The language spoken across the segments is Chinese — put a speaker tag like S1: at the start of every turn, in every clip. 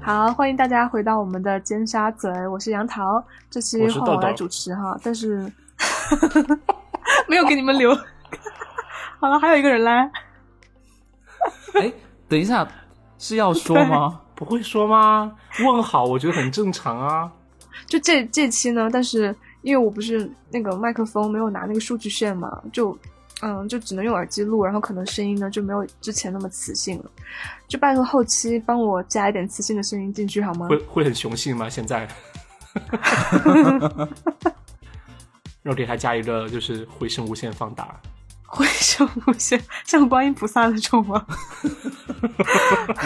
S1: 好，欢迎大家回到我们的尖沙咀，我是杨桃，这期
S2: 我是
S1: 换
S2: 豆
S1: 我来
S2: 豆
S1: 主持哈，但 是没有给你们留。好了，还有一个人来，
S2: 哎，等一下，是要说吗？ 不会说吗？问好，我觉得很正常啊。
S1: 就这这期呢，但是因为我不是那个麦克风没有拿那个数据线嘛，就嗯，就只能用耳机录，然后可能声音呢就没有之前那么磁性了，就拜托后期帮我加一点磁性的声音进去好吗
S2: 会？会很雄性吗？现在？然后给他加一个就是回声无限放大，
S1: 会像无限像观音菩萨那种吗？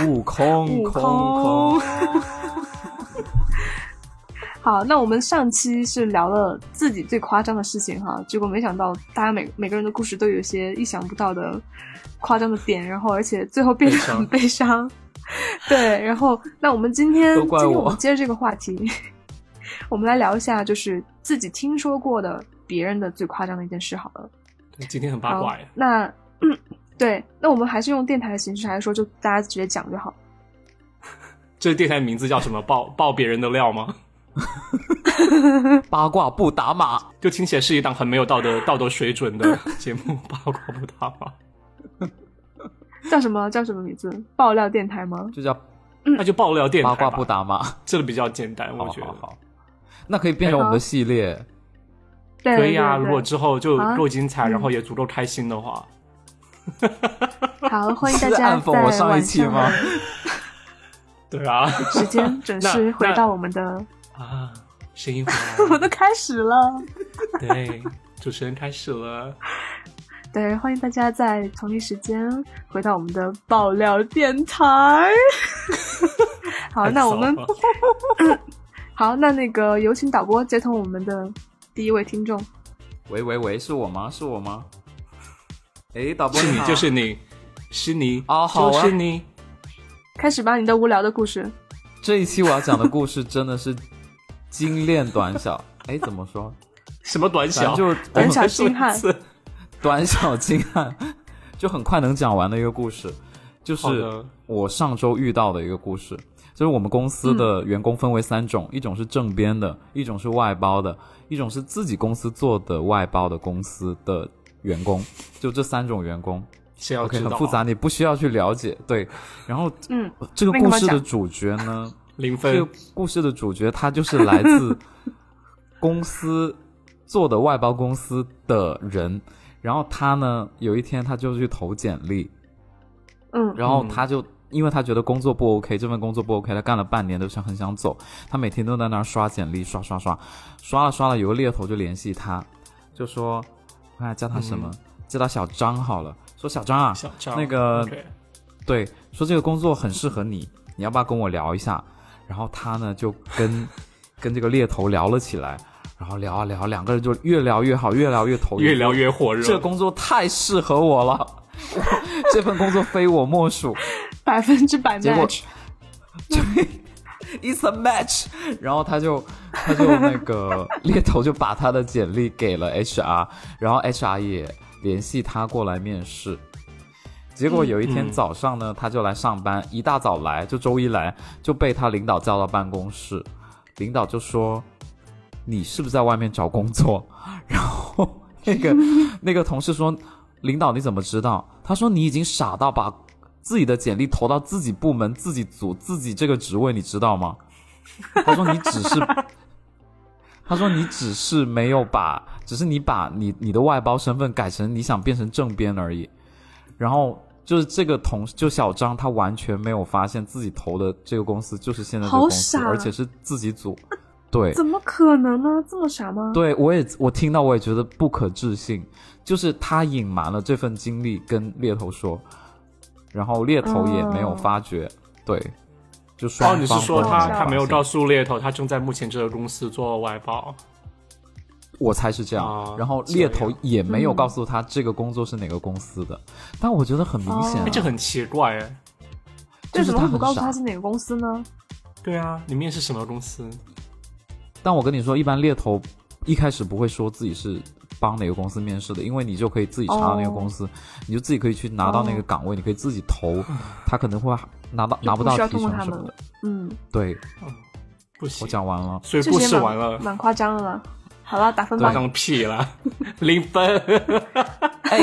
S3: 悟空，
S1: 悟
S3: 空
S1: 空
S3: 空，
S1: 好，那我们上期是聊了自己最夸张的事情哈，结果没想到大家每每个人的故事都有一些意想不到的夸张的点，然后而且最后变得
S2: 悲伤
S1: 很悲伤。 对，然后那我们今天
S3: 都怪
S1: 今天
S3: 我
S1: 我们接着这个话题， 我们来聊一下就是自己听说过的别人的最夸张的一件事好了。
S2: 对今天很八
S1: 好
S2: 卦呀。哎
S1: 那、 嗯对，那我们还是用电台的形式，还是说就大家直接讲就好？
S2: 这电台名字叫什么？爆爆别人的料吗？
S3: 八卦不打码。
S2: 就听起来是一档很没有道德道德水准的节目，八卦不打码，
S1: 叫什么叫什么名字？爆料电台吗？
S3: 就叫
S2: 那就爆料电台
S3: 八
S2: 吧
S3: 卦不打码，好
S2: 这比较简单，我觉
S3: 好
S2: 得。
S3: 好，那可以变成我们的系列。
S1: 对
S2: 可以啊，
S1: 对对
S2: 如果之后就
S1: 啊
S2: 够精彩，
S1: 嗯
S2: 然后也足够开心的话，
S1: 好，欢迎大
S3: 是在
S1: 家
S3: 暗
S1: 在
S3: 讽我
S1: 晚
S3: 上
S1: 上
S3: 一期吗？
S2: 对啊，
S1: 时间准时回到我们的，
S2: 啊，声音回
S1: 我
S2: 来
S1: 都开始了。
S2: 了，对，主持人开始了，
S1: 对，欢迎大家在同一时间回到我们的爆料电台。 好，
S2: 太
S1: 那我
S2: 骚啊
S1: 们
S2: 了
S1: 好，那那个有请导播接通我们的第一位听众。
S3: 喂喂喂，是我吗？是我吗？哎，导播
S2: 是你
S3: 好
S2: 就是你，是你
S3: 哦好啊
S2: 就是你，
S1: 开始吧，你的无聊的故事。
S3: 这一期我要讲的故事真的是精炼短 小。哎，怎么说？
S2: 什么短
S3: 咱
S2: 小，
S3: 就
S1: 短小精
S2: 我
S1: 悍
S2: 们说一次
S3: 短小精悍， 就很快能讲完的一个故事，就
S2: 好
S3: 是
S2: 的，
S3: 我上周遇到的一个故事。就是我们公司的员工分为三种，一种是正编的，一种是外包的，一种是自己公司做的外包的公司的员工，就这三种员工。
S2: 先要
S3: OK，
S2: 知道啊
S3: 很复杂，你不需要去了解。对，然后
S1: 嗯，
S3: 这个
S1: 那个
S3: 故
S1: 嘛
S3: 事的
S1: 讲
S3: 主角 呢，
S2: 零
S3: 这
S2: 分
S3: 个，故事的主角他就是 来自公司做的外包公司的人，然后他呢有一天他就去投简历，
S1: 嗯
S3: 然后
S2: 嗯
S3: 他就。因为他觉得工作不 OK，这份工作不 OK，他干了半年都想很想走，他每天都在那儿刷简历，刷刷刷，刷了刷了，有个猎头就联系他，就说，哎，叫他什么？叫他小张好了，说小张啊，
S2: 嗯小张
S3: 那个
S2: OK
S3: 对，说这个工作很适合你，你要不要跟我聊一下？然后他呢就跟跟这个猎头聊了起来，然后聊啊聊，两个人就越聊越好，越聊越投入，
S2: 越聊越火热，哦
S3: 这工作太适合我了， 我这份工作非我莫属。
S1: 百分之百
S3: 结果
S1: match。
S3: It's a match，然后他就他就那个猎头就把他的简历给了 HR，然后 HR 也联系他过来面试。结果有一天
S2: 嗯
S3: 早上呢，他就来上班，一大早来就周一来就被他领导叫到办公室，领导就说：“你是不是在外面找工作？”然后那个那个同事说：“领导你怎么知道？”他说：“你已经傻到把自己的简历投到自己部门、自己组、自己这个职位，你知 道吗？”他说：“你只是，他说你只是没有把，只是你把你你的外包身份改成你想变成正编而已。”然后就是这个同就小张，他完全没有发现自己投的这个公司就是现在这个
S1: 好
S3: 公司，
S1: 傻
S3: 而且是自己组。对，
S1: 怎么可能呢？这么傻吗？
S3: 对，我也我听到我也觉得不可置信，就是他隐瞒了这份经历跟猎头说，然后猎头也没有
S1: 哦
S3: 发觉，对，就双
S2: 哦，
S3: 方
S2: 你是说
S3: 都
S2: 他
S1: 双方
S2: 他没有告
S3: 诉
S2: 诉猎头，他正在目前这个公司做外包，
S3: 我猜是这样，
S2: 哦
S3: 然后
S2: 这
S3: 猎头
S2: 样
S3: 也没有
S1: 嗯
S3: 告诉他这个工作是哪个公司的，但我觉得很明显、啊
S1: 哦
S2: 哎，这很奇怪哎。
S3: 就
S1: 为什
S3: 是
S1: 么
S3: 他
S1: 会不
S3: 很
S1: 告诉
S3: 傻
S1: 他。是哪个公司呢？
S2: 对啊，你面试什么公司？
S3: 但我跟你说，一般猎头一开始不会说自己是帮哪个公司面试的，因为你
S1: 哦
S3: 就可以自己查到那个公司，你就自己可以去拿到那个岗位，你可以自己投，他可能会拿到
S1: 就
S3: 拿
S1: 不
S3: 到
S1: 需要
S3: 提
S1: 通过
S3: 成
S1: 他
S3: 什
S1: 们
S3: 么
S1: 了
S3: 的。。
S1: 嗯，
S3: 对，
S2: 不
S3: 我
S2: 行，
S3: 讲完 了，
S2: 所以
S1: 这
S2: 故
S1: 些
S2: 事
S1: 蛮
S2: 完了，
S1: 蛮夸张的了。好了，打分吧
S2: 夸，张屁啦，零分
S3: 哎，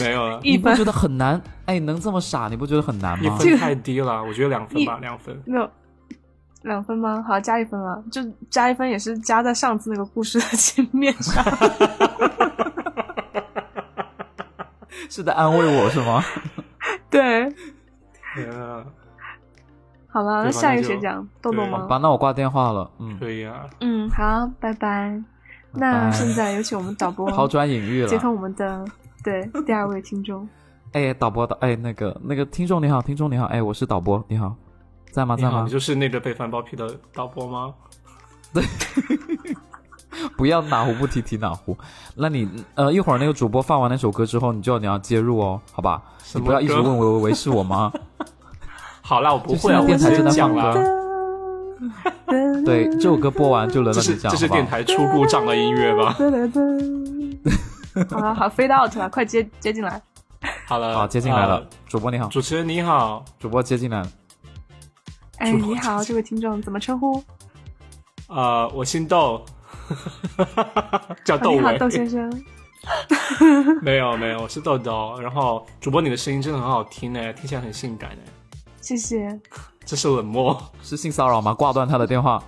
S2: 没有了，
S1: 一
S3: 你不
S1: 分
S3: 觉得很难？哎，能这么傻，你不觉得很难
S2: 一
S3: 吗？
S2: 分太低了，我觉得两分吧，两分。
S1: 没有两分吗？好，加一分了，就加一分也是加在上次那个故事的前面 上。
S3: 是在安慰我 是吗？
S1: 对，
S2: 嗯，
S1: 好了，那
S2: 对吧
S1: 下
S2: 那
S1: 一个谁
S2: 就
S1: 讲？豆豆
S2: 对
S1: 吗
S3: 好？吧，那我挂电话了。嗯，
S2: 对呀，
S1: 嗯，好，拜拜。那现在有请我们导播
S3: 抛砖引
S2: 啊
S3: 玉
S1: 接
S3: 了。
S1: 通我们的对第二位听众。
S3: 哎，导播导，哎，那个那个听众你好，听众你好，哎，我是导播，你好，在吗？
S2: 你
S3: 在
S2: 好，
S3: 吗
S2: 你？就是那个被翻包皮的导播吗？
S3: 不要哪壶不提提哪壶。那你呃，一会儿那个主播放完那首歌之后，你就你要接入哦，好吧？
S2: 什
S3: 你
S2: 么
S3: 不要一直
S2: 歌
S3: 问喂喂喂是 我吗？
S2: 好啦，我不 会啊，
S3: 就是
S2: 我
S3: 电台
S2: 直
S3: 正
S2: 接
S3: 在
S2: 讲
S3: 放歌
S2: 啦，
S3: 对，这首歌播完就轮
S2: 这
S3: 到你
S2: 是
S3: 讲，
S2: 这是
S3: 好不好
S2: 电台出故障的音乐吧？
S1: 好了，好，fade out 了，快接接进来。
S2: 好了，
S3: 好，接进来了
S2: 呃。，
S3: 主播你好，
S2: 主持人你好，
S3: 主播接进来了。
S1: 哎，你好，这位听众怎么称呼？
S2: 呃，我姓豆， 叫
S1: 啊
S2: 豆
S1: 你好，
S2: 伟，
S1: 窦先生。
S2: 没有没有，我是豆豆。然后主播你的声音真的很好听哎，听起来很性感哎，
S1: 谢谢。
S2: 这是冷漠。
S3: 是性骚扰吗？挂断他的电话，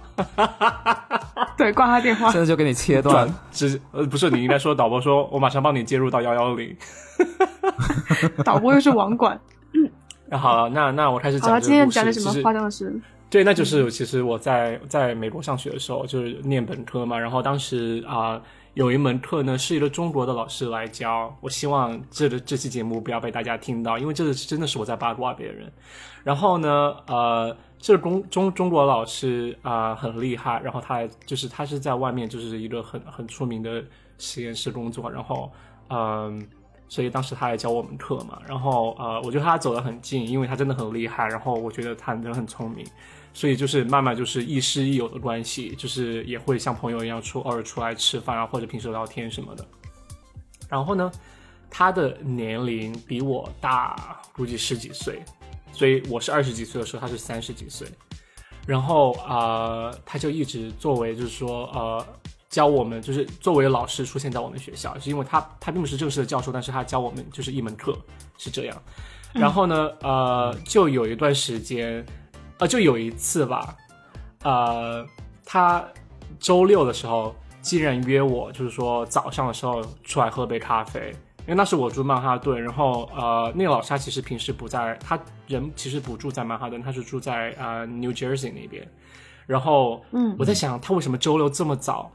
S1: 对，挂他电 话
S3: 现。在就给你切
S2: 啊
S3: 断
S2: 转。直呃不是，你应该说导播说，我马上帮你接入到幺幺零。
S1: 导播又是网管。
S2: 那好了，那那我开始
S1: 好了，
S2: 讲这
S1: 今
S2: 个
S1: 天
S2: 故事。
S1: 讲的什么
S2: 其实
S1: 夸张的事？
S2: 对，那就是其实我在在美国上学的时候，就是念本科嘛，然后当时啊、有一门课呢是一个中国的老师来教，我希望这个这期节目不要被大家听到，因为这个真的是我在八卦别人。然后呢，呃，这个中中中国老师啊、很厉害，然后他就是他是在外面就是一个很很出名的实验室工作，然后嗯。所以当时他来教我们课嘛，然后呃，我觉得他走得很近，因为他真的很厉害，然后我觉得他人很聪明，所以就是慢慢就是亦师亦友的关系，就是也会像朋友一样出偶尔出来吃饭啊，或者平时聊天什么的。然后呢，他的年龄比我大估计十几岁，所以我是二十几岁的时候，他是三十几岁。然后呃，他就一直作为就是说呃，教我们就是作为老师出现在我们学校，是因为他他并不是正式的教授，但是他教我们就是一门课是这样。然后呢，呃，就有一段时间，呃，就有一次吧，呃，他周六的时候竟然约我，就是说早上的时候出来喝杯咖啡，因为那时我住曼哈顿，然后呃，那个老师他其实平时不在，他人其实不住在曼哈顿，他是住在呃 New Jersey 那边。然后，
S1: 嗯
S2: 我在想他为什么周六这么早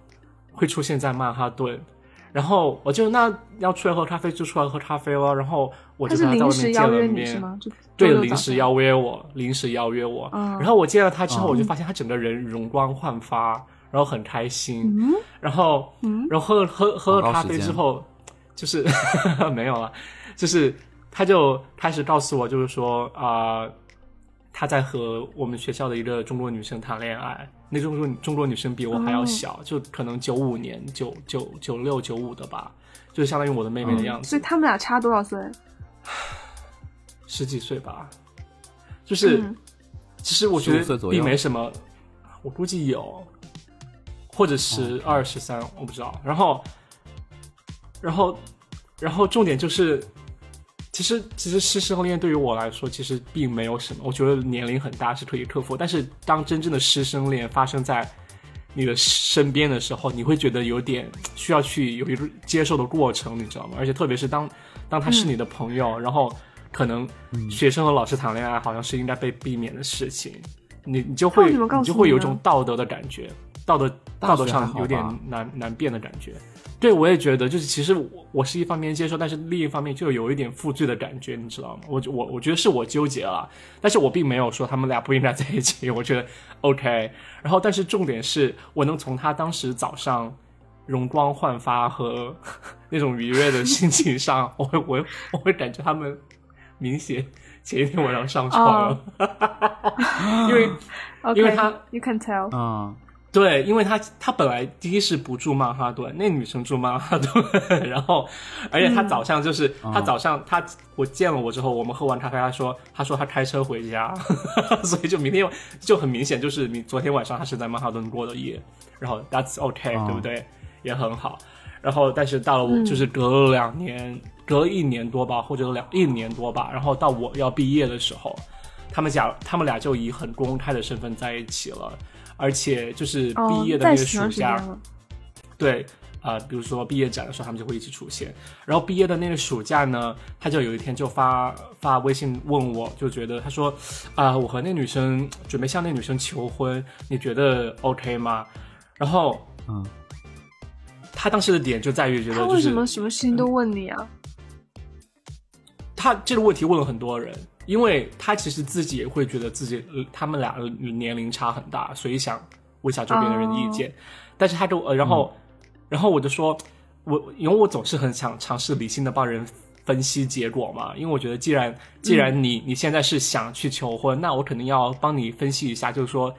S2: 会出现在曼哈顿，然后我就那要出来喝咖啡就出来喝咖啡了，然后我
S1: 他
S2: 就是跟
S1: 临
S2: 他在外
S1: 时
S2: 面见
S1: 邀
S2: 了
S1: 约你是
S2: 面，
S1: 吗？就
S2: 对
S1: 周，六
S2: 临
S1: 早
S2: 时
S1: 上
S2: 邀约我，临时邀约我。
S1: 嗯
S2: 然后我见了他之后，
S3: 嗯
S2: 我就发现他整个人容光焕发，然后很开心。
S1: 嗯
S2: 然后，
S1: 嗯
S2: 然后喝喝喝了
S3: 广告
S2: 咖
S3: 时
S2: 啡之
S3: 间
S2: 后，就是 没有了，就是他就开始告诉我，就是说啊、呃他在和我们学校的一个中国女生谈恋爱。那中国中国女生比我还要
S1: 哦
S2: 小，就可能九五年、九九九六、九五的吧，就相当于我的妹妹的
S3: 嗯
S2: 样子。
S1: 所以他们俩差多少岁？
S2: 十几岁吧，就是、
S1: 嗯
S2: 其实我觉
S3: 15岁
S2: 得
S3: 左右
S2: 并没什么，我估计有，或者
S3: 哦
S2: 十二十三，我不知道。然后，然后，然后重点就是，其实其实师生恋对于我来说其实并没有什么，我觉得年龄很大是可以克服。但是当真正的师生恋发生在你的身边的时候，你会觉得有点需要去有一个接受的过程，你知道吗？而且特别是当当他
S1: 嗯
S2: 是你的朋友，然后可能学生和老师谈恋爱好像是应该被避免的事情，你你就
S1: 那为
S2: 会
S1: 什么告诉
S2: 就会有一
S1: 你呢
S2: 种道德的感觉，道德
S3: 大
S2: 道
S3: 学
S2: 德
S3: 还
S2: 上
S3: 好
S2: 有点
S3: 吧
S2: 难难辩的感觉。对，我也觉得，就是其实我我是一方面接受，但是另一方面就有一点负罪的感觉，你知道吗？我我我觉得是我纠结了，但是我并没有说他们俩不应该在一起，我觉得 OK。然后，但是重点是我能从他当时早上容光焕发和 那种愉悦的心情上，我会我会我会感觉他们明显前一天晚
S3: 哦
S2: 上上床了，因为
S1: OK，
S2: 因为他
S1: you can tell，
S3: 嗯，
S2: 对，因为她她本来第一是不住曼哈顿，那女生住曼哈顿， 然后而且她早上就是、她早上她我见了我之后，我们喝完咖啡，她说她说她开车回家， 所以就明天就很明显就是你昨天晚上她是在曼哈顿过的夜，然后 that's okay，、
S3: 哦
S2: 对不对？也很好。然后但是到了我
S1: 嗯
S2: 就是隔了两年，隔了一年多吧，或者两一年多吧，然后到我要毕业的时候，他们俩他们俩就以很公开的身份在一起了，而且就是
S1: 哦
S2: 毕业，的
S1: 在
S2: 那
S1: 一
S2: 个
S1: 起
S2: 暑
S1: 长时间
S2: 假，
S1: 了，
S2: 对。啊、比如说毕业展的时候，他们就会一起出现。然后毕业的那个暑假呢，他就有一天就发发微信问我，就觉得他说，啊、我和那女生准备向那女生求婚，你觉得 OK 吗？然后
S3: 嗯，
S2: 他当时的点就在于觉得、就
S1: 他
S2: 是，嗯
S1: 为什么什么事情都问你啊？
S2: 他这个问题问了很多人，因为他其实自己也会觉得自己、呃、他们俩年龄差很大，所以想问一下周边的人
S1: 哦
S2: 的意见。但是他就呃，然后、
S1: 嗯
S2: 然后我就说，我因为我总是很想尝试理性的帮人分析结果嘛，因为我觉得既然既
S1: 嗯
S2: 然你、你现在是想去求婚，那我肯定要帮你分析一下，就是说。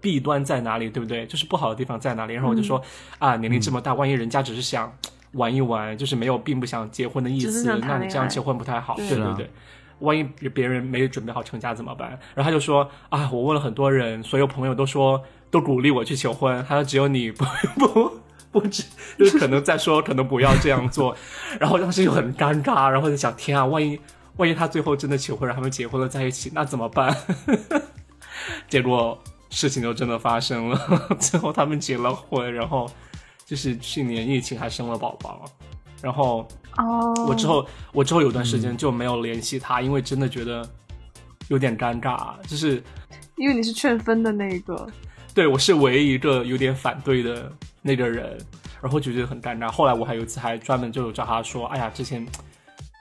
S2: 弊端在哪里，对不对？就是不好的地方在哪里。然后我就说，
S1: 嗯
S2: 啊，年龄这么大，万一人家只是想玩一玩，就是没有并不想结婚的意
S1: 只是
S2: 思，
S1: 想谈
S2: 那你
S1: 恋
S2: 这样
S1: 爱
S2: 结婚不太好，对
S1: 对
S2: 对
S3: 是啊
S2: 对万一别别人没准备好成家怎么办？然后他就说啊，我问了很多人，所有朋友都说都鼓励我去求婚，他说只有你不 不不知，就是可能在说可能不要这样做。 然后当时就很尴尬，然后就想天啊，万一万一他最后真的求婚，然后他们结婚了在一起，那怎么办？ 结果事情就真的发生了， 最后他们结了婚，然后就是去年疫情还生了宝宝，然后
S1: 哦，
S2: 我之后我之后有段时间就没有联系他，因为真的觉得有点尴尬，就是
S1: 因为你是劝分的那一个，
S2: 对我是唯一一个有点反对的那个人，然后就觉得很尴尬。后来我还有一次还专门就有叫他说，哎呀，之前。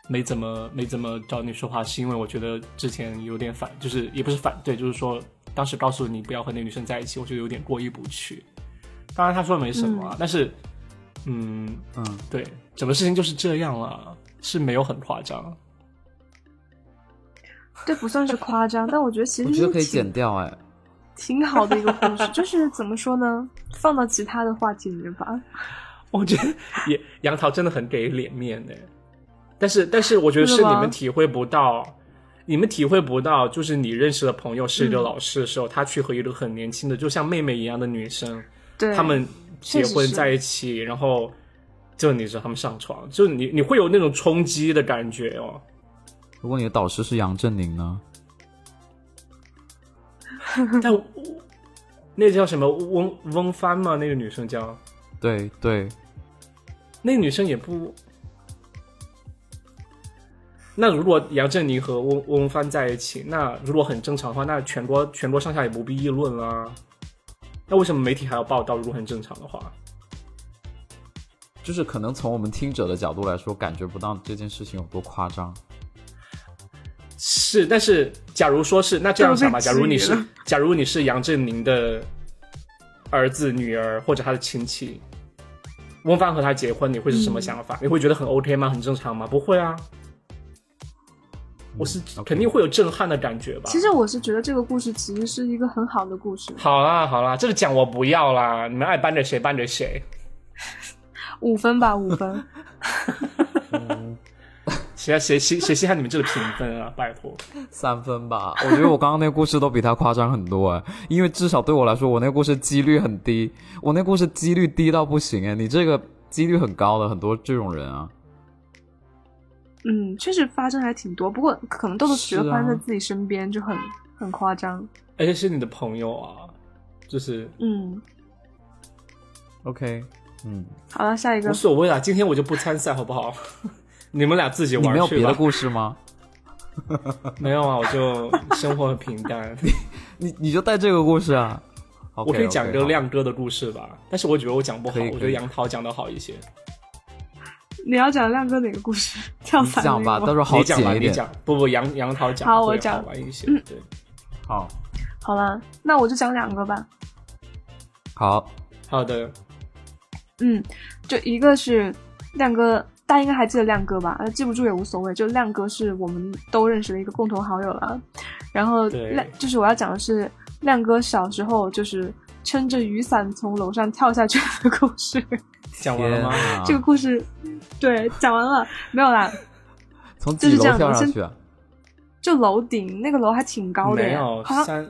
S2: 没怎么没怎么找你说话，是因为我觉得之前有点反，就是也不是反对，就是说当时告诉你不要和那女生在一起，我觉得有点过意不去。当然他说没什么啊，但是，嗯，
S3: 嗯，
S2: 对，整个事情就是这样了，是没有很夸张。
S1: 这不算是夸张，但我觉得其
S3: 我觉
S1: 实
S3: 得可以
S1: 挺
S3: 剪掉哎、
S1: 挺好的一个故事，就是怎么说呢，放到其他的话题里面吧。
S2: 我觉得也杨桃真的很给脸面呢，但是但是我觉得是
S1: 真的
S2: 你
S1: 吗
S2: 们体会不到，你们体会不到，就是你认识的朋友
S1: 嗯
S2: 是一个老师的时候，他去和一个很年轻的，就像妹妹一样的女生，
S1: 对，
S2: 他们结
S1: 确
S2: 婚
S1: 实是
S2: 在一起，然后就你知道他们上床，就你你会有那种冲击的感觉 哦。
S3: 如果你的导师是杨振宁呢？
S2: 但我那叫什么翁翁帆吗？那个女生叫
S3: 对对，
S2: 那个女生也不。那如果杨振宁和翁翁帆在一起，那如果很正常的话，那全国全国上下也不必议论啦。那为什么媒体还要报道？如果很正常的话，
S3: 就是可能从我们听者的角度来说，感觉不到这件事情有多夸张。
S2: 是，但是假如说是，那这样想吧，
S1: 都被质
S2: 假
S1: 疑
S2: 如你是
S1: 了，
S2: 假如你是杨振宁的儿子、女儿或者他的亲戚，翁帆和他结婚，你会是
S1: 嗯
S2: 什么想法？你会觉得很 OK 吗？很正常吗？不会啊，我是、
S3: OK
S2: 肯定会有震撼的感觉吧。
S1: 其实我是觉得这个故事其实是一个很好的故事，
S2: 好啦好啦，这个奖我不要啦，你们爱扳着谁扳着谁。
S1: 五分吧，五分。
S2: 谁谁谁谁稀罕你们这个评分 啊？拜托，
S3: 三分吧，我觉得我刚刚那个故事都比他夸张很多哎，因为至少对我来说，我那个故事几率很低，我那故事几率低到不行哎，你这个几率很高的，很多这种人啊，
S1: 嗯，确实发生还挺多，不过可能豆豆
S3: 是
S1: 觉得发生
S3: 啊
S1: 在自己身边就很很夸张。
S2: 而且哎是你的朋友啊，就是
S1: 嗯，
S3: OK，嗯，
S1: 好了，下一个
S2: 无所谓啦。今天我就不参赛，好不好？你们俩自己
S3: 你
S2: 玩
S3: 没有
S2: 去
S3: 别的
S2: 吧。
S3: 故事吗？
S2: 没有啊，我就生活很平 淡。
S3: 你你就带这个故事啊 o k
S2: 我可以讲一个亮哥的故事吧，但是我觉得我讲不好，
S3: 可以
S2: 我觉
S3: 可
S2: 得
S3: 以
S2: 杨桃讲的好一些。
S1: 你要讲亮哥哪个故事？ 跳
S3: 你
S1: 伞
S3: 讲
S1: 那
S3: 吧，
S1: 个 吗
S3: 到时候好
S2: 你讲吧，
S3: 剪
S2: 你
S3: 一点。
S2: 讲。不不，杨杨桃讲
S1: 好
S2: 会
S1: 我
S2: 好
S1: 讲
S2: 玩一些。对，
S3: 好，
S1: 好啦，那我就讲两个吧。
S3: 好，
S2: 好的，
S1: 嗯，就一个是亮哥，大家应该还记得亮哥吧？呃，记不住也无所谓。就亮哥是我们都认识的一个共同好友了。然后
S2: 对
S1: 亮就是我要讲的是，亮哥小时候就是撑着雨伞从楼上跳下去的故事。
S2: 讲完了吗？
S3: 天 啊
S1: 这个故事，对，讲完了没有啦？
S3: 从
S1: 就
S3: 几
S1: 是
S3: 楼
S1: 这样
S3: 跳
S1: 的
S3: 上
S1: 先
S3: 去啊？
S1: 就楼顶那个楼还挺高的耶，
S2: 没有
S1: 好像
S2: 三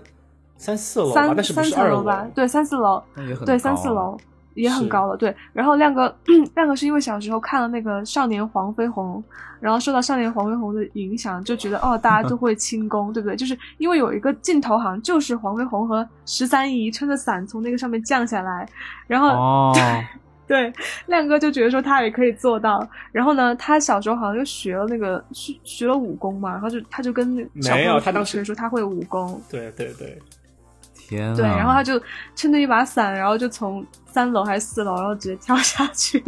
S2: 三四楼吧，
S1: 三
S2: 但是不
S1: 三
S2: 是
S1: 层
S2: 二
S1: 楼吧？对，三四楼。
S3: 那也很
S1: 对，
S3: 高
S1: 三
S3: 啊
S1: 四楼也很
S2: 是
S1: 高了。对，然后亮哥，亮哥是因为小时候看了那个《少年黄飞鸿》，然后受到《少年黄飞鸿》的影响，就觉得哦，大家都会轻功，对不对？就是因为有一个镜头，好像就是黄飞鸿和十三姨撑着伞从那个上面降下来，然后、
S3: 哦，
S1: 对亮哥就觉得说他也可以做到。然后呢，他小时候好像就学了那个学学了武功嘛，然后就他就跟那小朋
S2: 没有
S1: 友
S2: 他当
S1: 鼓吹
S2: 时
S1: 说他会武功，
S2: 对对对，
S3: 天啊！
S1: 对，然后他就撑着一把伞，然后就从三楼还是四楼，然后直接跳下去。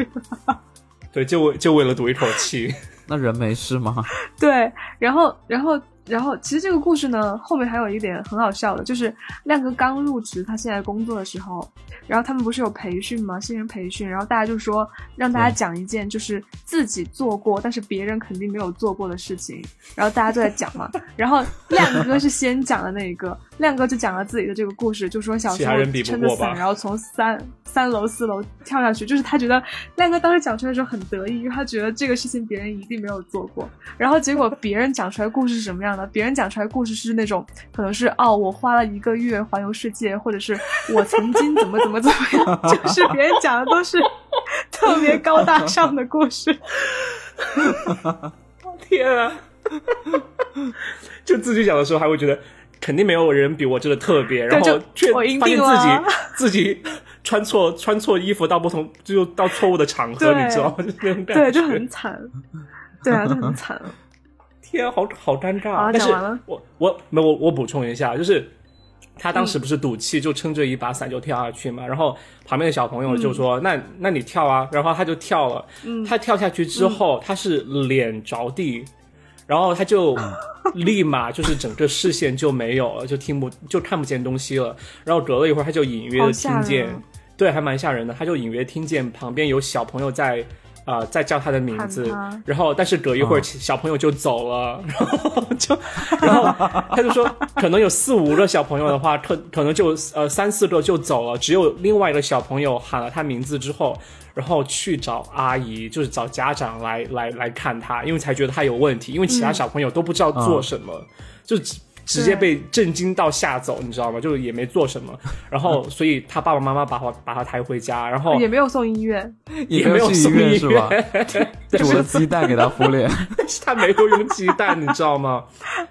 S2: 对，就为就为了赌一口 气，
S3: 那人没事 吗？
S1: 对，然后，然后，然后，其实这个故事呢，后面还有一点很好笑的，就是亮哥刚入职他现在工作的时候，然后他们不是有培训吗？新人培训，然后大家就说让大家
S2: 嗯
S3: 对
S1: 讲一件就是自己做过，但是别人肯定没有做过的事情，然后大家都在讲 嘛。然后亮哥是先讲的那一个，亮哥就讲了自己的这个故事，就说小
S2: 其
S1: 时
S2: 他
S1: 候
S2: 人比不
S1: 撑着
S2: 过吧
S1: 伞，然后从三三楼四楼跳下去，就是他觉得亮哥当时讲出来的时候很得意，因为他觉得这个事情别人一定没有做过。然后结果别人讲出来故事是什么样的？别人讲出来故事是那种可能是哦，我花了一个月环游世界，或者是我曾经怎么怎么怎么样，就是别人讲的都是特别高大上的故 事。
S2: 天啊！ 就自己讲的时候还会觉得，肯定没有人比我真的特别，然后
S1: 就
S2: 却
S1: 我赢
S2: 发现
S1: 定啊了
S2: 自己自己穿错穿错衣服到不同，就到错误的场合，
S1: 对
S2: 你知道吗？就 那种感觉，
S1: 对，就很惨。对啊，就很惨。
S2: 天啊、好好尴尬。
S1: 好
S2: 但是
S1: 讲完了
S2: 我我没有我我补充一下，就是他当时不是赌气，就撑着一把伞就跳下去嘛，然后旁边的小朋友就说：“那那你跳啊！”然后他就跳了，他跳下去之后，他是脸着地，然后他就立马就是整个视线就没有了，就听不就看不见东西了。然后隔了一会儿，他就隐约
S1: 好
S2: 的
S1: 吓
S2: 听
S1: 人
S2: 见
S1: 啊，
S2: 对，还蛮吓人的。他就隐约听见旁边有小朋友在。啊、在叫他的名
S1: 喊
S2: 字
S1: 他，
S2: 然后但是隔一会儿、
S3: 嗯
S2: 小朋友就走了， 然后就，然后他就说，可能有四五个小朋友的话，可可能就呃三四个就走了，只有另外一个小朋友喊了他名字之后，然后去找阿姨，就是找家长来来来看他，因为才觉得他有问题，因为其他小朋友都不知道做什么，
S3: 嗯
S2: 就直直接被震惊到吓走，你知道吗？就也没做什么，然
S3: 嗯
S2: 后所以他爸爸妈妈把他把他抬回家，然后
S1: 也没有送医院，
S3: 哎也
S2: 没有
S3: 去医
S2: 送
S3: 院
S2: 医
S3: 是吧？煮了鸡蛋给他敷 脸，
S2: 但 是他没有用鸡蛋，你知道吗？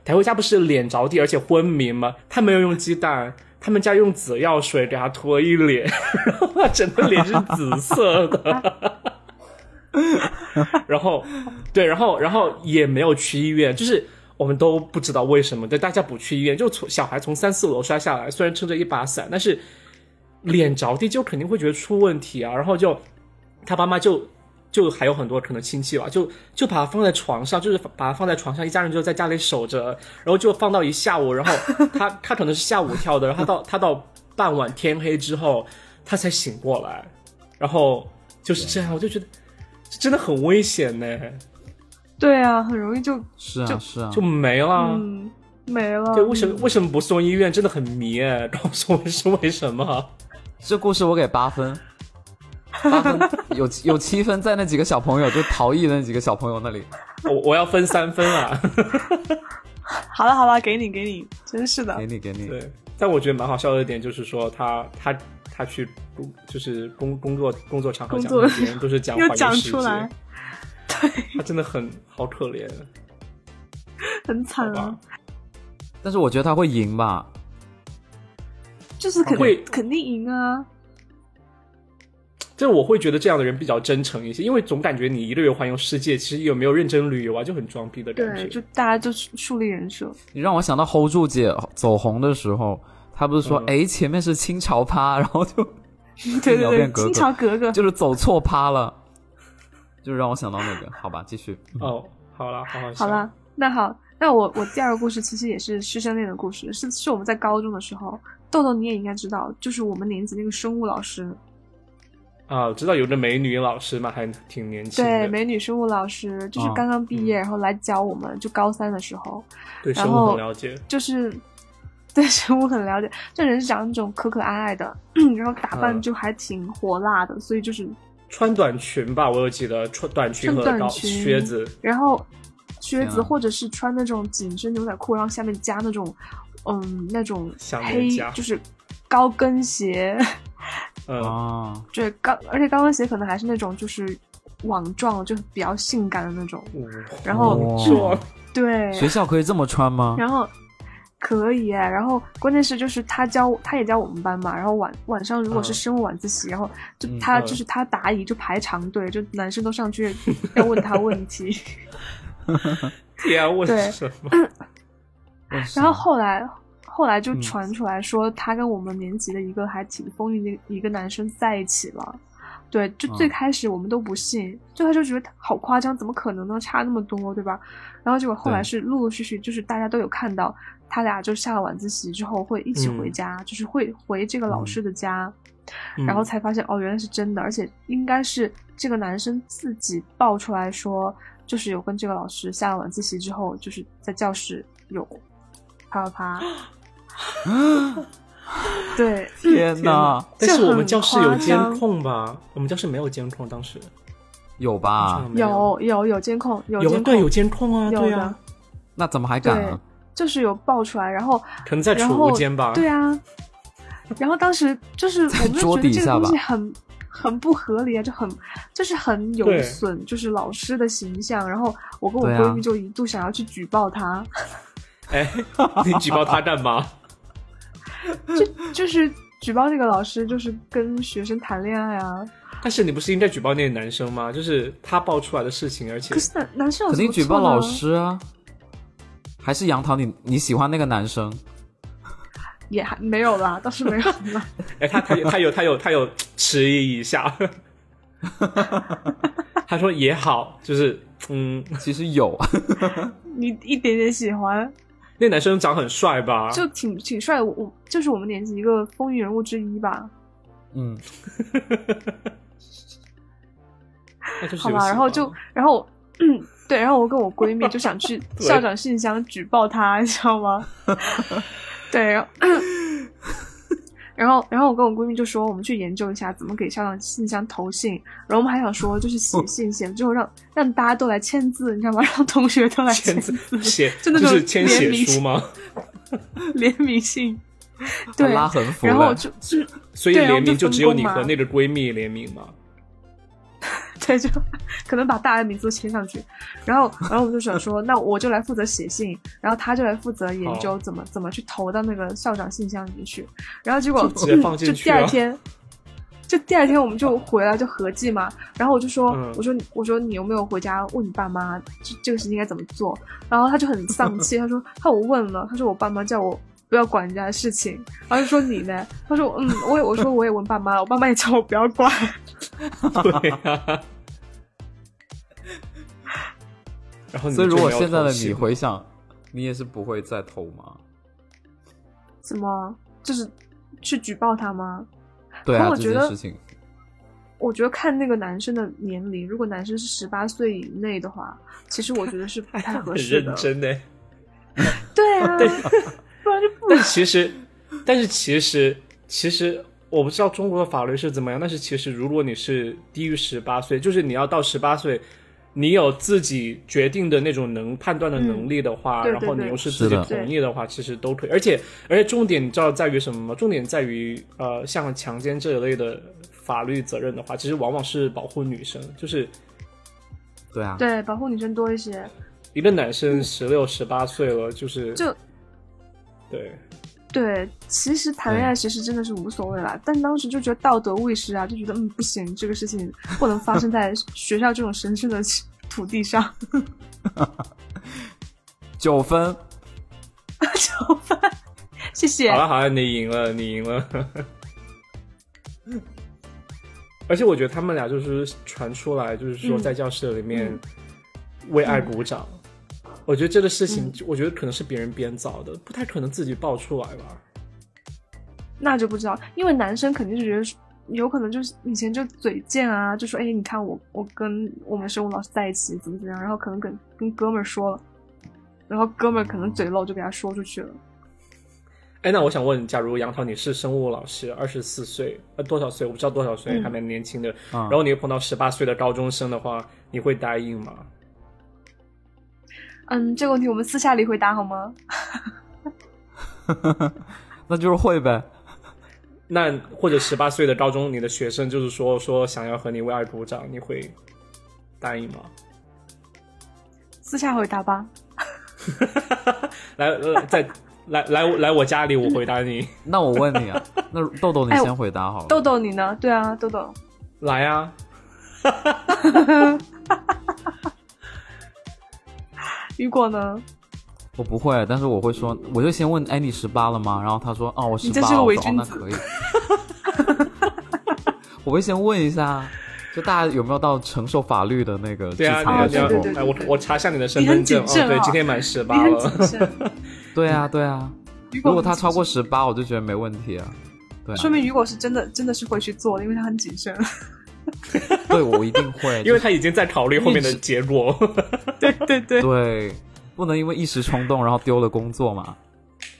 S2: 抬回家不是脸着地，而且昏迷吗？他没有用鸡蛋，他们家用紫药水给他涂了一脸， 然后他整个脸是紫色的。 然后，对，然后，然后也没有去医院，就是我们都不知道为什么，对，大家不去医院，就从小孩从三四楼摔下来，虽然撑着一把伞，但是脸着地就肯定会觉得出问题啊，然后就他爸妈就就还有很多可能亲戚吧，就就把他放在床上，就是把他放在床上，一家人就在家里守着，然后就放到一下午，然后他他可能是下午跳的，然后他到他到傍晚天黑之后，他才醒过来，然后就是这样，我就觉得这真的很危险呢，
S1: 对啊，很容易就是
S3: 啊是啊
S2: 就，没了。
S1: 嗯没了。
S2: 对，为什么为什么不送医院？真的很迷 哎，告诉我是为什么？
S3: 这故事我给八分，八分有有七分在那几个小朋友，就逃逸的那几个小朋友那里。
S2: 我我要分三 分啊！
S1: 好了好了，给你给你，真是的
S3: 给。你给你，
S2: 对，但我觉得蛮好笑的一点就是说他，他他去工就是工工作工作场合
S1: 工
S2: 讲
S1: 作
S2: 那些都是讲
S1: 又
S2: 环游
S1: 讲
S2: 世
S1: 出
S2: 界
S1: 来，
S2: 他真的很好可怜，
S1: 很
S2: 好
S1: 惨啊
S2: 吧。？
S3: 但是我觉得他会赢吧？
S1: 就是肯
S2: 会
S1: 肯定赢啊，
S2: 这我会觉得这样的人比较真诚一些，因为总感觉你一个月环游世界，其实有没有认真旅游啊，就很装逼的感
S1: 对，就
S2: 觉。
S1: 大家就树立人设，
S3: 你让我想到 hold 住姐走红的时候，她不是说
S2: 嗯
S3: 哎、前面是清朝趴，然后就
S1: 对
S3: 聊
S1: 对对，
S3: 变格格
S1: 清朝格格，
S3: 就是走错趴了，就让我想到那个。好吧，继续。
S2: 哦，好了，好好笑
S1: 好了，那好，那我我第二个故事其实也是师生恋的故事，是是我们在高中的时候，豆豆你也应该知道，就是我们年级那个生物老师，
S2: 啊，知道有个美女老师嘛，还挺年轻
S1: 对，
S2: 的，
S1: 美女生物老师就是
S3: 啊
S1: 刚刚毕业，
S2: 嗯
S1: 然后来教我们，就高三的时候，
S2: 对
S1: 然
S2: 生物
S1: 后
S2: 很了解。
S1: 就是 对生物很了解。这人是长那种可可爱爱的， 然后打
S3: 嗯
S1: 扮就还挺火辣的，所以就是，
S2: 穿短裙吧，我有记得穿短裙和
S1: 穿
S2: 高
S1: 短裙
S2: 靴子，
S1: 然后靴
S3: 天
S1: 子
S3: 啊
S1: 或者是穿那种紧身牛仔裤，然后下面加那种，嗯，那种
S2: 项链
S1: 黑
S2: 夹
S1: 就是高跟鞋，
S2: 嗯，
S3: 啊，
S1: 对高，而且高跟鞋可能还是那种就是网状，就比较性感的那种。然后
S3: 哇
S1: 是对，
S3: 学校哦可以这么穿吗？
S1: 然后可以哎，然后关键是就是他教他也教我们班嘛，然后晚晚上如果是
S2: 嗯
S1: 生物晚自习，然后就
S3: 嗯
S1: 他
S2: 嗯
S1: 就是他答疑就排长队，就男生都上去要问他问题，
S2: 天啊，为
S1: 对
S2: 什么？
S3: 为啥
S1: 然后后来。后来就
S3: 嗯
S1: 传出来说，他跟我们年级的一个还挺风韵的一个男生在一起了。对，就最
S3: 嗯
S1: 开始我们都不信，最开始就觉得好夸张，怎么可能呢？差那么多，对吧？然后结果后来
S3: 对
S1: 是陆陆续续，就是大家都有看到，他俩就下了晚自习之后会一起回
S2: 嗯
S1: 家，就是会回这个老师的家，
S2: 嗯
S1: 然后才发现哦，原来是真的，而且应该是这个男生自己爆出来说，就是有跟这个老师下了晚自习之后，就是在教室有啪啪啪，对，
S3: 天哪，
S2: 啊但
S1: 这
S2: 是我们
S1: 很
S2: 教室有
S1: 夸
S2: 监
S1: 张
S2: 控吧？我们教室没有监控，当时
S3: 有
S1: 嗯
S3: 吧？
S2: 没
S1: 有有有监控，有
S2: 有
S1: 监
S2: 对有
S1: 控，
S2: 监控啊，
S1: 有
S2: 对
S1: 的
S2: 啊，
S3: 那怎么还敢啊？
S1: 就是有爆出来，然后
S2: 可能在
S1: 然
S2: 储
S1: 后
S2: 物间吧。
S1: 对啊，然后当时就是我们就
S3: 桌
S1: 觉得
S3: 底
S1: 这个
S3: 下
S1: 东西
S3: 吧
S1: 很很不合理啊，就很就是很有
S2: 对
S1: 损就是老师的形象。然后我跟我
S3: 对啊
S1: 闺蜜就一度想要去举报他，
S2: 哎，你举报他干嘛？
S1: 就就是举报这个老师就是跟学生谈恋爱啊。
S2: 但是你不是应该举报那个男生吗？就是他爆出来的事情，而且
S1: 可是男男生有
S3: 肯
S1: 什
S3: 定
S1: 么
S3: 举
S1: 错
S3: 报
S1: 呢
S3: 老。师啊！还是杨桃你你喜欢那个 男生？
S1: 也还没有啦，倒是没有啦。
S2: 哎，他他他有他有他有迟疑一下，他说也好，就是嗯，
S3: 其实有，
S1: 你一点点喜欢，
S2: 那男生长很帅
S3: 啊
S2: 吧？
S1: 就挺挺帅的。我我就是我们年级一个风云人物之一吧。
S3: 嗯，
S2: 那就是
S1: 好
S2: 有
S1: 吧，
S2: 喜
S1: 然后
S2: 欢
S1: 就，然后我，嗯，对，然后我跟我闺蜜就想去
S2: 对
S1: 校长信箱举报他， 你知道吗？对，然后，然后，然后我跟我闺蜜就说，我们去研究一下怎么给校长信箱投信，然后我们还想说，就是写信写，之后让让大家都来签字，你知道吗？ 让同学都来
S2: 签
S1: 签
S2: 字
S1: 字，
S2: 写
S1: 就那
S2: 就
S1: 种
S2: 是签
S1: 联
S2: 写
S1: 名
S2: 书吗？
S1: 联名信，对，
S3: 拉横幅
S1: 然后我
S3: 了。
S1: 就，
S2: 所以
S1: 对然后
S2: 联名
S1: 就
S2: 就
S1: 分
S2: 只有
S1: 工
S2: 你
S1: 嘛
S2: 和那个闺蜜联名嘛？
S1: 对，就可能把大家的名字都签上去，然后，然后我们就想说，那我就来负责写信，然后他就来负责研究怎么怎么去投到那个校长信箱里面去，然后结果
S2: 就直接
S1: 嗯
S2: 放进
S1: 就
S2: 去
S1: 第二
S2: 啊
S1: 天，就第二天我们就回来就合计嘛，然后我就说，
S2: 嗯
S1: 我说你我说你有没有回家问你爸妈这这个事情应该怎么做？然后他就很丧气，他说他我问了，他说我爸妈叫我。不要管人家的事情，然后就说你呢？他说嗯，我也我说我也问爸妈了，我爸妈也叫我不要管。
S2: 对 啊。然后你
S3: 所以
S2: 就
S3: 如果
S2: 没有
S3: 现在的
S2: 投信
S3: 你回想，你也是不会再投吗？
S1: 怎么就是去举报他吗？
S3: 对啊，
S1: 可我
S3: 这
S1: 觉
S3: 件
S1: 得
S3: 事情，
S1: 我觉得看那个男生的年龄，如果男生是十八岁以内的话，其实我觉得是不 太合
S2: 很
S1: 适的
S2: 认。真欸呢。
S1: 对啊，不然就不
S2: 但其实，但是其实，其实我不知道中国的法律是怎么样，但是其实如果你是低于十八岁，就是你要到十八岁，你有自己决定的那种能判断的能力的
S1: 嗯
S2: 话，
S1: 对
S2: 然后
S1: 对
S2: 你
S1: 对
S2: 又是自己
S3: 是的
S2: 同意的话，其实都可以。而且而且重点你知道在于什么吗？重点在于呃，像强奸这一类的法律责任的话，其实往往是保护女生，就是。
S3: 对啊，
S1: 对，保护女生多一些。
S2: 一个男生十六十八岁了，就是
S1: 嗯就
S2: 对，
S1: 对，其实谈恋爱其实真的是无所谓啦，但当时就觉得道德卫士啊，就觉得嗯不行，这个事情不能发生在 学校这种神圣的土地上。
S3: 九分，
S1: 谢谢
S2: 好。了好了，你赢了，你赢了。 而且我觉得他们俩就是传出来，就是说
S1: 嗯
S2: 在教室里面
S1: 嗯
S2: 为爱鼓掌。我觉得这个事情
S1: 嗯，
S2: 我觉得可能是别人编造的，不太可能自己爆出来吧。
S1: 那就不知道，因为男生肯定是觉得。有可能就是以前就嘴贱啊，就说哎，你看我我跟我们生物老师在一起怎么怎么样，然后可能跟跟哥们儿说了，然后哥们儿可能嘴漏就给他说出去了，
S2: 哎，那我想问，假如杨桃你是生物老师，二十四岁，呃，多少岁？我不知道多少岁，
S1: 嗯
S2: 还蛮年轻的。
S3: 嗯
S2: 然后你又碰到十八岁的高中生的话，你会答应吗？
S1: 嗯，这个问题我们私下里回答好吗？
S3: 那就是会呗。
S2: 那或者十八岁的高中你的学生就是说说想要和你为爱鼓掌，你会答应吗？
S1: 私下回答吧。
S2: 来来，在来来来我家里，我回答你。
S3: 那我问 你啊，那豆豆你
S1: 哎我
S3: 先回答好了。
S1: 豆豆你呢？对啊，豆豆，
S2: 来啊，
S1: 雨果呢？
S3: 我不会，但是我会说，我就先问，哎，你十八了吗？然后他说，哦，我十
S1: 你这
S3: 八了，
S1: 是个
S3: 我
S1: 伪
S3: 说哦，
S1: 君
S3: 那
S1: 子
S3: 可以。 我会先问一下，就大家有没有到承受法律的那个制
S2: 对啊，
S3: 裁的
S2: 你
S3: 时
S2: 要
S3: 候？
S2: 你
S1: 对对，
S2: 要哎，
S1: 对
S2: 我
S1: 对
S2: 我查下你的身
S1: 你
S2: 份
S1: 很
S2: 证，
S1: 谨
S2: 哦，
S1: 慎
S2: 对，
S1: 啊
S2: 今天满十
S1: 你
S2: 八
S1: 很
S2: 了。
S1: 谨慎。
S3: 对啊，对啊。
S1: 雨果
S3: 如果他
S1: 很谨
S3: 超过
S1: 慎，
S3: 十八，我就觉得没问题啊。对啊，
S1: 说明雨果是真的真的是会去做的，因为他很谨慎。
S3: 对我一定会，
S2: 因为他已经在考虑后面的结果。
S1: 对对对，
S3: 对，不能因为一时冲动然后丢了工作嘛。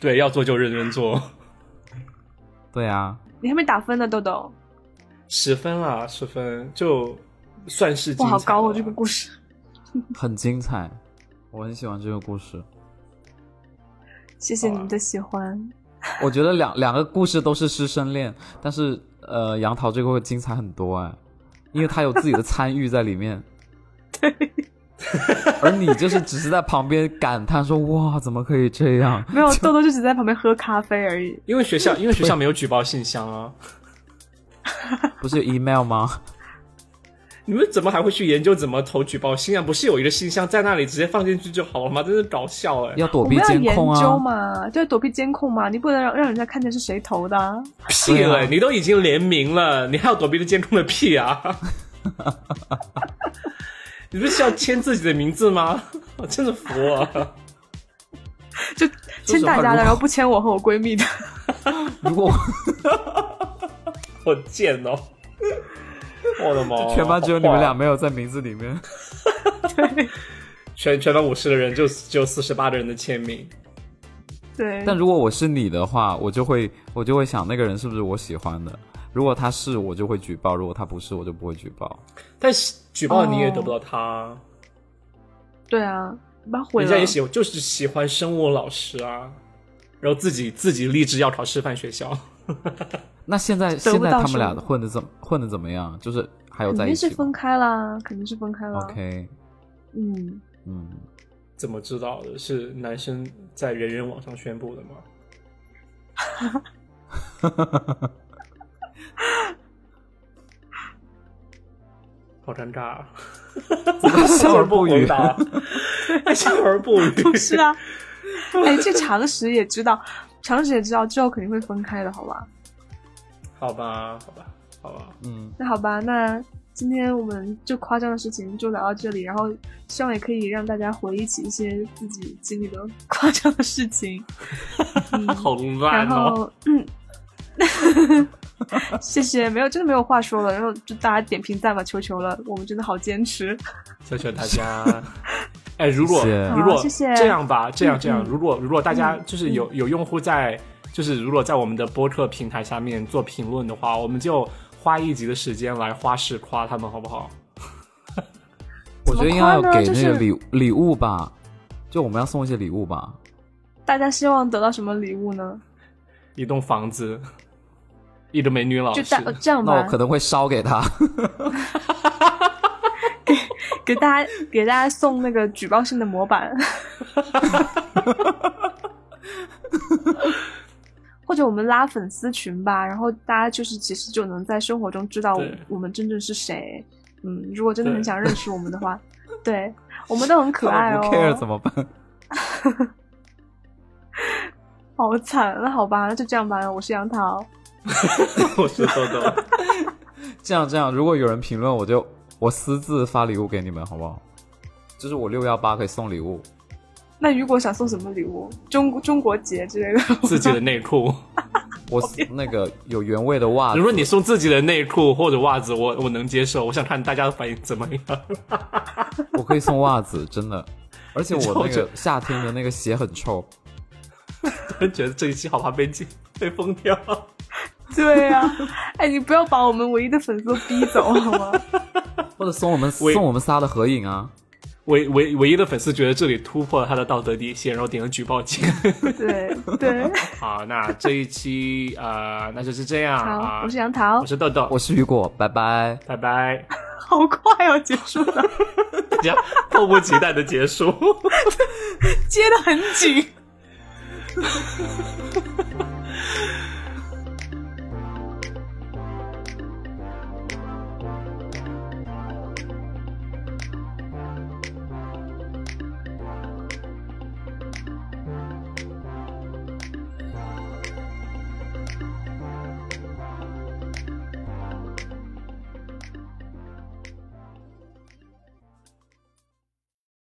S2: 对，要做就认真做。
S3: 对啊，
S1: 你还没打分呢，豆豆。
S2: 十分啦，十分就算是精
S1: 哇，
S2: 彩
S1: 好高哦，
S2: 了
S1: 这个故事。
S3: 很精彩，我很喜欢这个故事。
S1: 谢谢你
S2: 好
S1: 们
S2: 啊
S1: 的喜欢。
S3: 我觉得两两个故事都是师生恋，但是呃，杨桃这个会精彩很多哎，因为他有自己的参与在里 面。对，而你就是只是在旁边感叹说：“哇，怎么可以这样
S1: 没有，豆豆就只在旁边喝咖啡而已。
S2: 因为学校，因为学校没有举报信箱啊，？”
S3: 不是有 email 吗？
S2: 你们怎么还会去研究怎么投举报信啊？不是有一个信箱在那里，直接放进去就好了吗？真是搞笑哎、
S3: 要
S1: 我
S3: 躲
S1: 们
S3: 避
S1: 要
S3: 监
S1: 研
S3: 控
S1: 究
S3: 啊！
S1: 嘛，对，躲避监控嘛，你不能让让人家看见是谁投的、 啊。
S2: 屁
S3: 对
S2: 嘞、
S3: 啊
S2: 你都已经联名了，你还要躲避的监控的屁啊！ 你不是要签自己的名字吗？我真的服啊 了。
S1: 就
S3: 说
S1: 签
S3: 实
S1: 大
S3: 话
S1: 家
S3: 如
S1: 的，
S3: 果
S1: 然后不签我和我闺蜜的。
S3: 如果
S2: 好贱哦！我的妈！
S3: 全班只有你们
S2: 好坏
S3: 俩
S2: 啊，
S3: 没有在名字里面，
S1: 对
S2: 全全班五十个人就只有四十八个人的签名。
S1: 对，
S3: 但如果我是你的话，我就会我就会想那个人是不是我喜欢的。如果他是，我就会举报；如果他不是，我就不会举报。
S2: 但是举报
S3: 哦
S2: 你也得不到他啊，
S1: 对啊，你把毁
S2: 人家
S1: 了
S2: 也。喜就是喜欢生物老师啊，然后自己自己立志要考师范学校，
S3: 那现在
S1: 得
S3: 现
S1: 不
S3: 在
S1: 到
S3: 他们
S1: 什
S3: 俩
S1: 么
S3: 混的怎么混的怎么样？就是还有
S1: 肯
S3: 在一
S1: 定
S3: 起
S1: 是啊
S3: 吗
S1: 分开啦，肯定是分开啦。
S3: ？OK，
S1: 嗯，
S3: 嗯，
S2: 怎么知道的？是男生在人人网上宣布的吗？ 好尴尬、啊，笑而不回答， 笑而 不语。
S1: 不是 啊，哎，这常识也知道，常识也知道之后肯定会分开的，好吧？
S2: 好吧，好吧，好吧。
S3: 嗯，
S1: 那好吧，那今天我们就夸张的事情就聊到这里，然后希望也可以让大家回忆起一些自己经历的夸张的事情。嗯
S2: 好
S1: 然
S2: 烂哦！
S1: 后，嗯， 谢谢，没有，真的没有话说了。然后就大家点评赞吧，求求了，我们真的好坚持。
S2: 谢谢大家。 哎，如果
S3: 谢谢
S2: 如果
S1: 好谢谢
S2: 这样吧，这样这样
S1: 嗯，
S2: 如果如果大家
S1: 嗯
S2: 就是有有用户在，就是如果在我们的播客平台下面做评论的话，我们就花一集的时间来花式夸他们，好不好？
S3: 我觉得应该要
S1: 怎么夸呢
S3: 给
S1: 就
S3: 那个
S1: 是
S3: 礼礼物吧，就我们要送一些礼物吧。
S1: 大家希望得到什么礼物呢？
S2: 一栋房子， 一个美女老
S1: 就
S2: 师
S1: 大， 呃这样
S3: 那我
S1: 吧
S3: 可，能会烧给他，
S1: 给大家给大家送那个举报信的模板， 或者我们拉粉丝群吧，然后大家就是其实就能在生活中知道
S2: 对
S1: 我们真正是谁。嗯，如果真的
S2: 对
S1: 很想认识我们的 话，对我们都很可爱
S3: 他
S1: 哦
S3: 们。不 care 怎么办？
S1: 好惨，那好吧，那就这样吧。我是杨桃，
S2: 我是豆豆。
S3: 这样这样，如果有人评论，我就我私自发礼物给你们，好不好？就是我六幺八可以送礼物，
S1: 那雨果想送什么礼物？中中国结之类的。
S2: 自己的内 裤，
S3: 我那个有原味的袜
S2: 如
S3: 子，
S2: 果你送自己的内裤或者袜子，我我能接受。我想看大家的反应怎么样。
S3: 我可以送袜子，真的。而且
S2: 你知道
S3: 我那
S2: 这
S3: 个夏天的那个鞋很臭，
S2: 突然觉得这一期好怕被禁被封掉。
S1: 对呀、哎，你不要把我们唯一的粉丝都逼走好吗？
S3: 或者送我们
S2: 喂
S3: 送我们仨的合影啊，
S2: 唯唯唯一的粉丝觉得这里突破了他的道德底线，然后点了举报键。
S1: 对对，
S2: 好，那这一期 呃，那就是这样啊。
S1: 好，我是杨桃
S2: 我，是豆豆，
S3: 我是雨果，拜拜。
S2: 拜拜。
S1: 好快哦，结束了，
S2: 大家迫不及待的结束。
S1: 接的很紧。